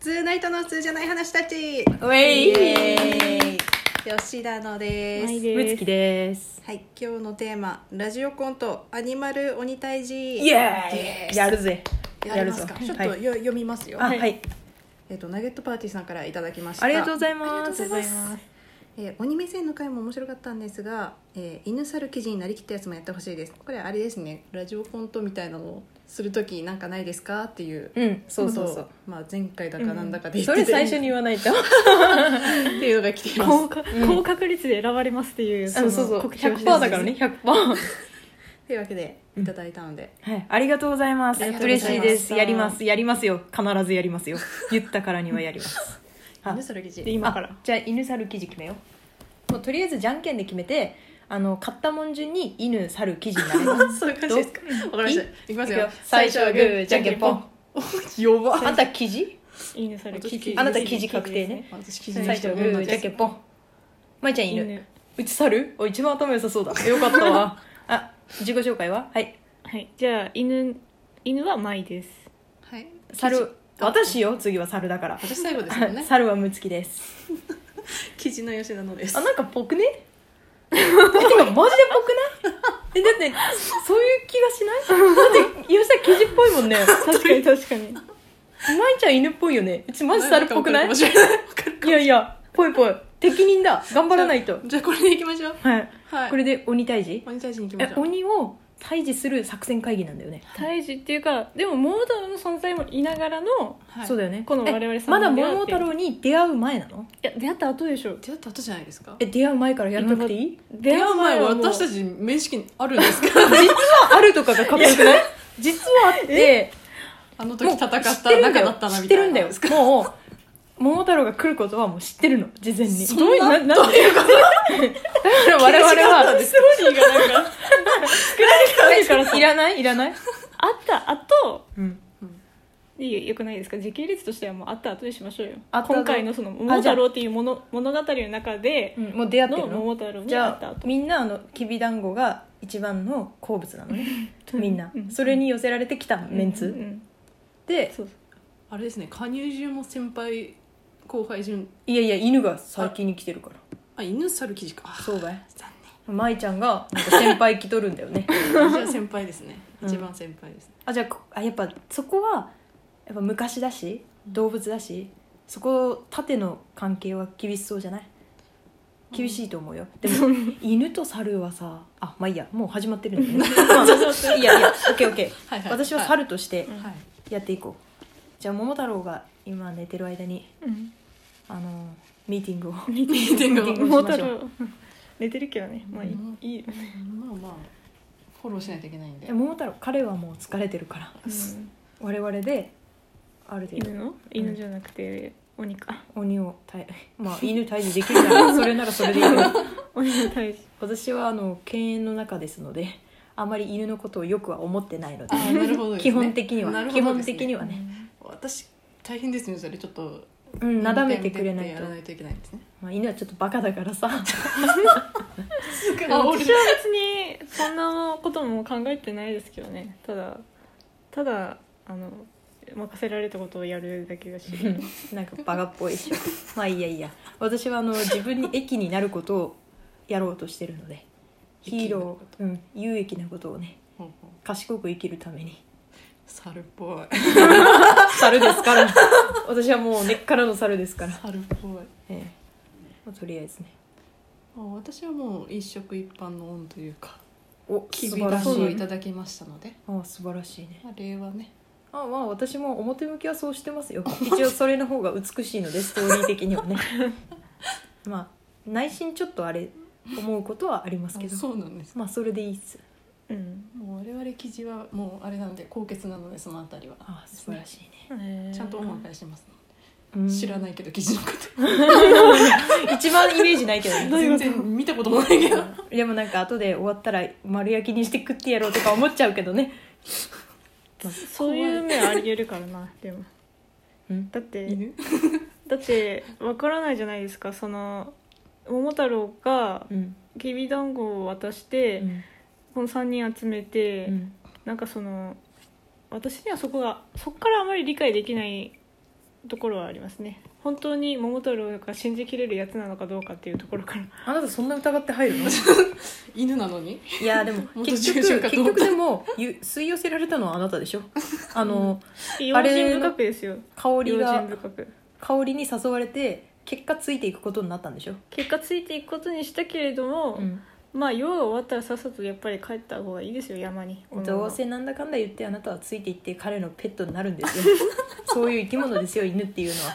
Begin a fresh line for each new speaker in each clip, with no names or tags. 通の人の普通じゃない話たち
ウェイ
吉田のです、
はい
むつきです
はい今日のテーマラジオコントアニマル鬼退治
イエーイやるぜ
やりますか
やる
ちょ
ぞ
っとよ、
はい
読みますよ
あはい
えっ、とナゲットパーティーさんからいただきました
ありがとうござい
ありが
ま
と
す
うございます。えー、鬼目線の回も面白かったんですが、えー、犬猿記事になりきったやつもやってほしいです。これあれですね、ラジオコントみたいなのをするときなんかないですかっていう。
うんそうそうそ
ことを
う
まあ前回だかなんだかで
それ
てて
最初に言わないと
っていうのが来ています
高。か高確率で選ばれますっていう、
そうそう そう
告知を
100%
してます
だからね100%
というわけでいただいたので、
はい、ありがとうございます。
ありがとうございま
嬉
す
しいです。やります。やりますよ。必ずやりますよ。言ったからにはやります。あ
犬猿記事。
で今から
あじゃあ犬猿記事決めよう。もうとりあえずじゃんけんで決めて、あの買ったもん順に犬猿記事になり ます。
そういう感じですか。わかりま した。いきます
いく
よ
よ。最初はグーじゃんけんぽ ん。
よば。
あんた記事？
犬それ
私記事
あなた記事確定ね。
私記事
最
にし
初
て
は
も
グ
同
ー
じ
じゃ
で
ん
す
けんぽん。まいちゃん犬。
犬
うち猿？お一番頭良さそうだ。よかった わ。あ自己紹介は？はい。
はいじゃあ犬犬はマイです
はい。
猿。私よ。次は猿だから。
私最後ですもんね。
猿はムツキです。
記事の吉田のです
あ。なんかぽくねてかマジでぽく ないえだってそういう気がしないだって吉田生地っぽいもん ね
確かに 確かに
舞ちゃん犬っぽいよねうちマジ猿っぽくない
んかわかるかもしれないわかる
いやいやぽいぽい適任だ頑張らないと
じゃあこれでいきましょう
はい
はい
これで鬼退治
鬼退治に行きま
え
しょう
鬼を退治する作戦会議なんだよね
胎児っていうかでも桃太郎の存在もいながらの
はい
そうだよね
この
え
我々さん
まだ
出会って
桃太郎に出会う前なの
いや出会った後でしょ
出会った後じゃないですか
え出会う前からやらなくていい
出
出会う前は私た
ち
ち面識あるんです か
実はあるとかがかっこよくない実はあって
あの時
もう
戦った
知ってるんだ
仲
よ
だったな
知
み
って
た
る
い
んだ
な
よも う桃太郎が来ることはもう知ってるの事前に
そんな
どういうなんていうことだ から我々
気づかなかった
は
です
ストーリーが なんか
いらないいらない、
あった後
うん、
いいよくないですか時系列としてはもうあった後にしましょうよ
あった後
今回のその桃太郎っていうもの物語の中で
もう出会って
の
るの
桃太郎に
じ
あ
ゃ
った
あ
後
みんなあのきびだんごが一番の好物なの ねみんな
うん
それに寄せられてきたメンツ、
うんうん
で
そう
あれですね加入順も先輩後輩順
いやいや犬が先に来てるから
あ犬猿記事かあ
そうかい
残
舞ちゃんがなんか先輩来とるんだよ ね
念じゃあ先輩ですね
うん
一番先輩です
あじゃあこあやっぱそこはやっぱ昔だし動物だしそこ縦の関係は厳しそうじゃない厳しいと思うよ、でも 犬と猿はさあまあいいやもう始まってるんだね、まあ、いやい やオッケーオッケ
はい
ー
はい
私は猿として
はい
やっていこうじゃあ桃太郎が今寝てる間に
うん
あのーミーティ ングを
ミーティング
ミーティン
を
グ
桃太郎寝てるけどねまあいい,、
うん
いいよね、
まあまあフォローしないといけないんで
で桃太郎彼はもう疲れてるから
うん
我々である程度
犬の犬じゃなくて鬼か
鬼を たいまあ犬退治できるならそれならそれでいいの
鬼の大事
私はあの犬猿の中ですのであまり犬のことをよくは思ってないので
あーなるほどですね
基本的には、
なるほ
基
ど
本
ですね
的にはね、
私大変ですねそれちょっと
うん、なだめてくれない
や
と
らないといけないんですね
まあ、犬はちょっとバカだからさ
あ
私は
俺
別にそんなことも考えてないですけどねただただあの任せられたことをやるだけだし
なんかバカっぽいし まあいいやいいや私はあの自分に益になることをやろうとしてるのでヒーロー、うん、有益なことをね
ほうほう
賢く生きるために
猿っぽい
猿ですから 私はもう根っからの猿ですから、
猿っぽい
ええまあ、とりあえずね
あ私はもう一食一飯の恩というか
お
き
素
び
晴
だ
ら
ん
し
ごを
い
いただきましたので、
あ素晴らしいね
まあ、令和ね
あまあ私も表向きはそうしてますよ 一応それの方が美しいのでストーリー的には ねまあ内心ちょっとあれ思うことはありますけ
あ
ど
そうなんです
まあそれでいいっす
うん、
もう我々記事はもうあれなんで高潔なのでそのあたりは
あ素晴らしいね
ちゃんと恩を返します、
うん
知らないけど記事のこと
一番イメージないけどね
全然見たこともないけど
でもなんか後で終わったら丸焼きにして食ってやろうとか思っちゃうけどね
そういう目ありえるからなでも
うん
だって
犬
だってわからないじゃないですかその桃太郎が
うん
きびだんごを渡して、この3人集めて、
うん
なんかその私にはそこがそこからあまり理解できないところはありますね本当に桃太郎が信じきれるやつなのかどうかっていうところから
あなたそんな疑って入るの
犬なのに
いやでも
元
結
住所
局
か
結
と思った
局でもゆ吸い寄せられたのはあなたでしょ あの
用心深くですよ
香り
用心
が
深く
香りに誘われて結果ついていくことになったんでしょ、
結果ついていくことにしたけれども、
うん、
まあ用が終わったらさっさとやっぱり帰った方がいいですよ山に
どうせなんだかんだ言ってあなたはついていって彼のペットになるん ですよそういう生き物ですよ犬っていうのは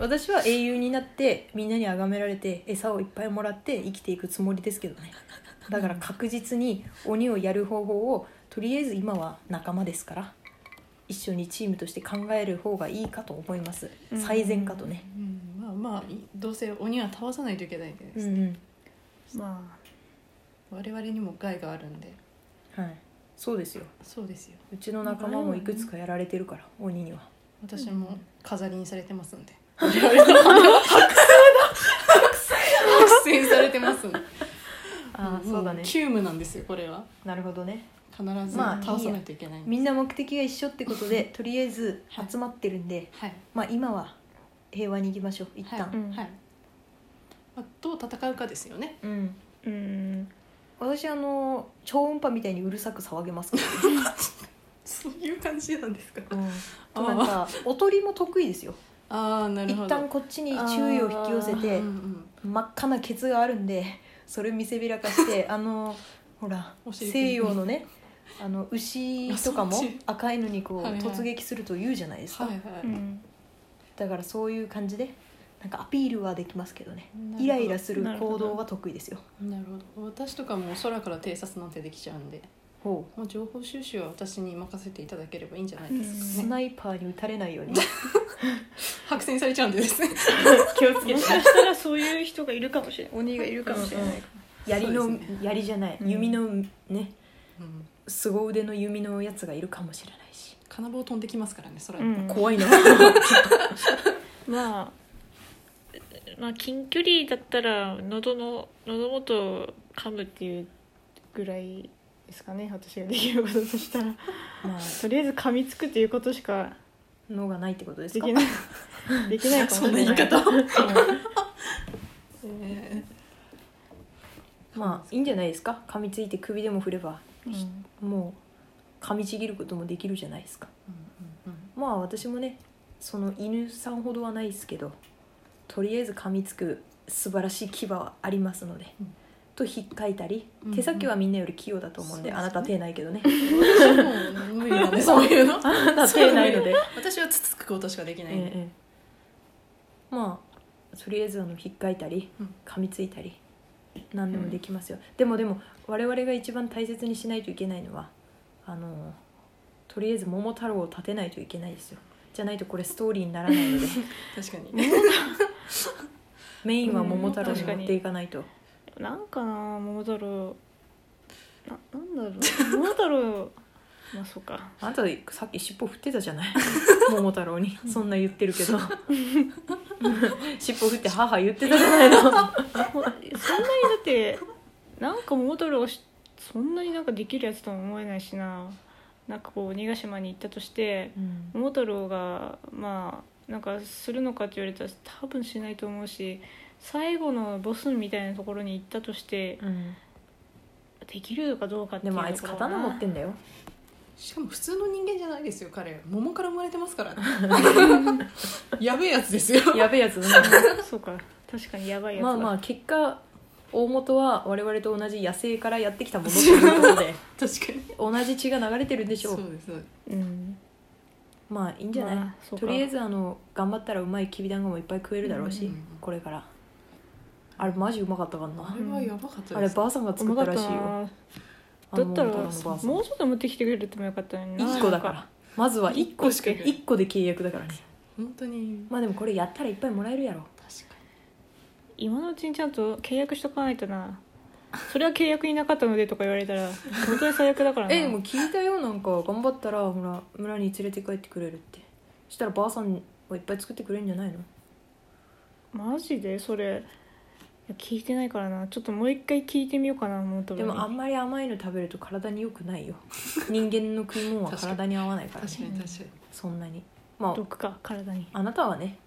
私は英雄になってみんなに崇められて餌をいっぱいもらって生きていくつもりですけどねだから確実に鬼をやる方法をとりあえず今は仲間ですから一緒にチームとして考える方がいいかと思います
うん
最善かとね
うんまあまあいどうせ鬼は倒さないといけないんで
う
す、
ん
ま
我々にも害があるんで
うんはいそうですよ
そうですよ
うちの仲間もいくつかやられてるから鬼には
私も飾りにされてます んで我々の 白線だ白線されてますんでも急務なんですよこれは
なるほどね
必ず
まあ
倒さないといけないんで
みんな目的が一緒ってことでとりあえず集まってるんで、
はい
まあ、今は平和に行きましょう一
はい、
旦、
う
は
ん
いまあ、どう戦うかですよね
うん、
あうん
私あの超音波みたいにうるさく騒げますか、
そういう感じなんですから
うん、となんかおとりも得意ですよ
ああなる
一
ほど
旦こっちに注意を引き寄せ
うんう
て
ん、
真っ赤なケツがあるんでそれ見せびらかして あのほら
お尻
西洋のねあの牛とか
あ
も
そっち
赤いのにこう
はいはい
突撃すると言うじゃないですか、
はいは
う
い、
ん
だからそういう感じでなんかアピールはできますけどね
なるほど
イライラする行動が得意ですよ
なるほど私とかも空から偵察なんてできちゃうんで
ほ
もう情報収集は私に任せていただければいいんじゃないうで
ん
すか、
スナイパーに撃たれないように
白線されちゃうんでですね
気をつけてもしかしたらそういう人がいるかもしれない鬼がいるかもしれないか ら
槍の、
そうです
槍じゃない、
うん
弓のね
うん
凄腕の弓のやつがいるかもしれないし、
金棒飛んできますからね空
う
に、
ん
怖いな
まあまあ近距離だったら喉の喉元を噛むっていうぐらいですかね私ができることとしたら
まあ
とりあえず噛みつくっていうことしか
脳がないってことです
で
か
き ないできないかもしれない
そんな言い方
まあいいんじゃないですか噛みついて首でも振れば
うん
もう噛みちぎることもできるじゃないですか
うんうん
まあ私もねその犬さんほどはないですけどとりあえず噛みつく素晴らしい牙はありますので、
うん
とひっかいたり、
うんうん
手先はみんなより器用だと思うんで
そうですね
あなた手ないけどね
うんもう無理なんでそういうの
あなた手ないので、
私はつつくことしかでき
え
ないんで、
えええまあとりあえずあのひっかいたり
うん
噛みついたり何でもできますよ、でもでも我々が一番大切にしないといけないのはあのとりあえず桃太郎を立てないといけないですよじゃないとこれストーリーにならないので
確かに
メインは桃太
う
郎
ん
に
確
か
持
に
っていかないと、
なんかな桃太郎ななんだろう桃太郎まあそうか
あなたさっき尻尾振ってたじ ゃない桃太郎にそんな言ってるけ ど尻尾振って母言ってたじゃないの
ほそんなにだってなんか桃太郎しそんなになんかできるやつとも思えないしななんかこう鬼ヶ島に行ったとして
うん
桃太郎がまあなんかするのかって言われたら多分しないと思うし最後のボスみたいなところに行ったとして
うん
できるかどうかって
で
いう
もあいつ
ところかな
刀持ってんだよ
しかも普通の人間じゃないですよ彼桃から生まれてますからねやべえやつですよ
やべえやつだな
そうか確かにやばいやつ
ま
だ
あまあ結果大元は我々と同じ野生からやってきたものということ で
確かに
同じ血が流れてるんでしょ
そう
う
ですそうです
うん
まあいいんじゃない、
まあそうか
とりあえずあの頑張ったらうまいきびだんごもいっぱい食えるだろうし、
うんうんうん
これからあれマジうまかったからな
あれはやばかった
あ
で
れ
す
ばあさんが
う
作
ま
っ
か
た
った
らしいよ
な
あ
だ
の
ったらも
桃
う
太郎のばあさん
ちょっと持ってきてくれるってもよかったのにな
1個だからまずは1個しか
一個しか
一個で契約だからね
本当に
まあでもこれやったらいっぱいもらえるやろ
確か
今のうちにちゃんと契約しとかないとなそれは契約になかったのでとか言われたら本当に最悪だからな
えでも聞いたよなんか頑張ったらほら村に連れて帰ってくれるってそしたらばあさんはいっぱい作ってくれるんじゃないの
マジでそれいや聞いてないからなちょっともう一回聞いてみようかな桃太郎
で
に
もあんまり甘いの食べると 体に良くないよ人間の食い物は体に合わないから
に確
ね
かに確かに
そんなにまあ
毒か体に
あなたはね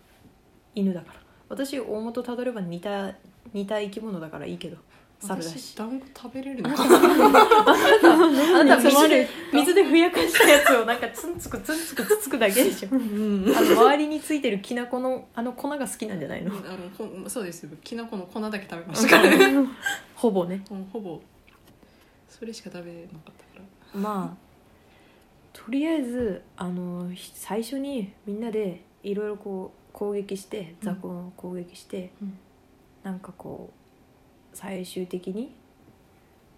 犬だから私大元たどれば似た似た生き物だからいいけど猿だ
私
し
団子食べれるの かな
あなた水
に詰ま
で
る
水でふやかしたやつをなんかツンツクツンツクつつくだけでしょ
うん
あの周りについてるきな粉のあの粉が好きなんじゃないの
あのこそうですよきな粉の粉だけ食べましたからね
ほぼね
もうほぼそれしか食べなかったから
まあとりあえずあのひ最初にみんなでいろいろこう攻撃して
うん
雑魚を攻撃して、
うん
なんかこう最終的に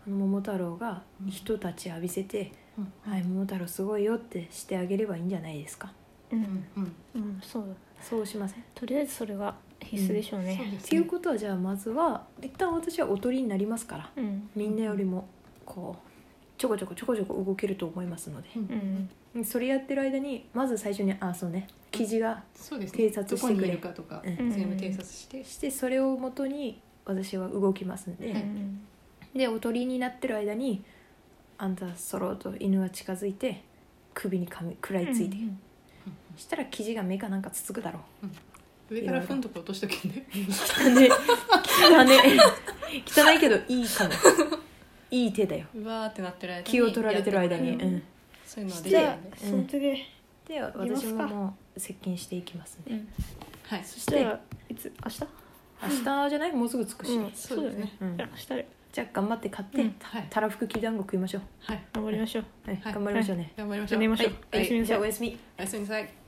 あの桃太郎が人たち浴びせて
うん
「はい桃太郎すごいよ」ってしてあげればいいんじゃないですか
うん、
うん
うん、そうだ
そうしませんっ
とりあえずそれは必須でしょ
そ
う
う
ね、
です
てい
ね
うことはじゃあまずは一旦私はおとりになりますから
うん
みんなよりもこうちょこちょこちょこちょこ動けると思いますので。
うん
うん
それやってる間にまず最初にあそうね記事が
そうです
偵
ど
察してく
こ
れ
にいるかとか、
うん
全部偵察して、
してそれをもとに私は動きますんで、
うん
でおとりになってる間にあんたそろうと犬は近づいて首にかみ食らいついて、
うん
したら生地が目かなんかつつくだろ
上からふんとか落としとけね
うで汚ね汚いけどいいかもいい手だよ
うわーってなってる間に
気を取られてる間に、
やっ
う
てもらえ
ん、
そういうのはでき
じ
る
ゃ
よね
あ先手で、
で
いま
私
す
も
か
もう接近していきますんで、
はい
そし
じ
て
ゃあいつ明日
明日じゃないもうすぐ着くし、
うん
そうですね
うん
じゃあ明日で
じゃあ頑張って買って、
うん
はい
たらふくきびだんご食いましょう、
はい
頑張りましょう
はい
はい
頑張りましょうね、
頑張りましょう
寝ましょう、
はい
おやすみな
じ
さ
ゃあ
い
おやすみ
おやすみなさい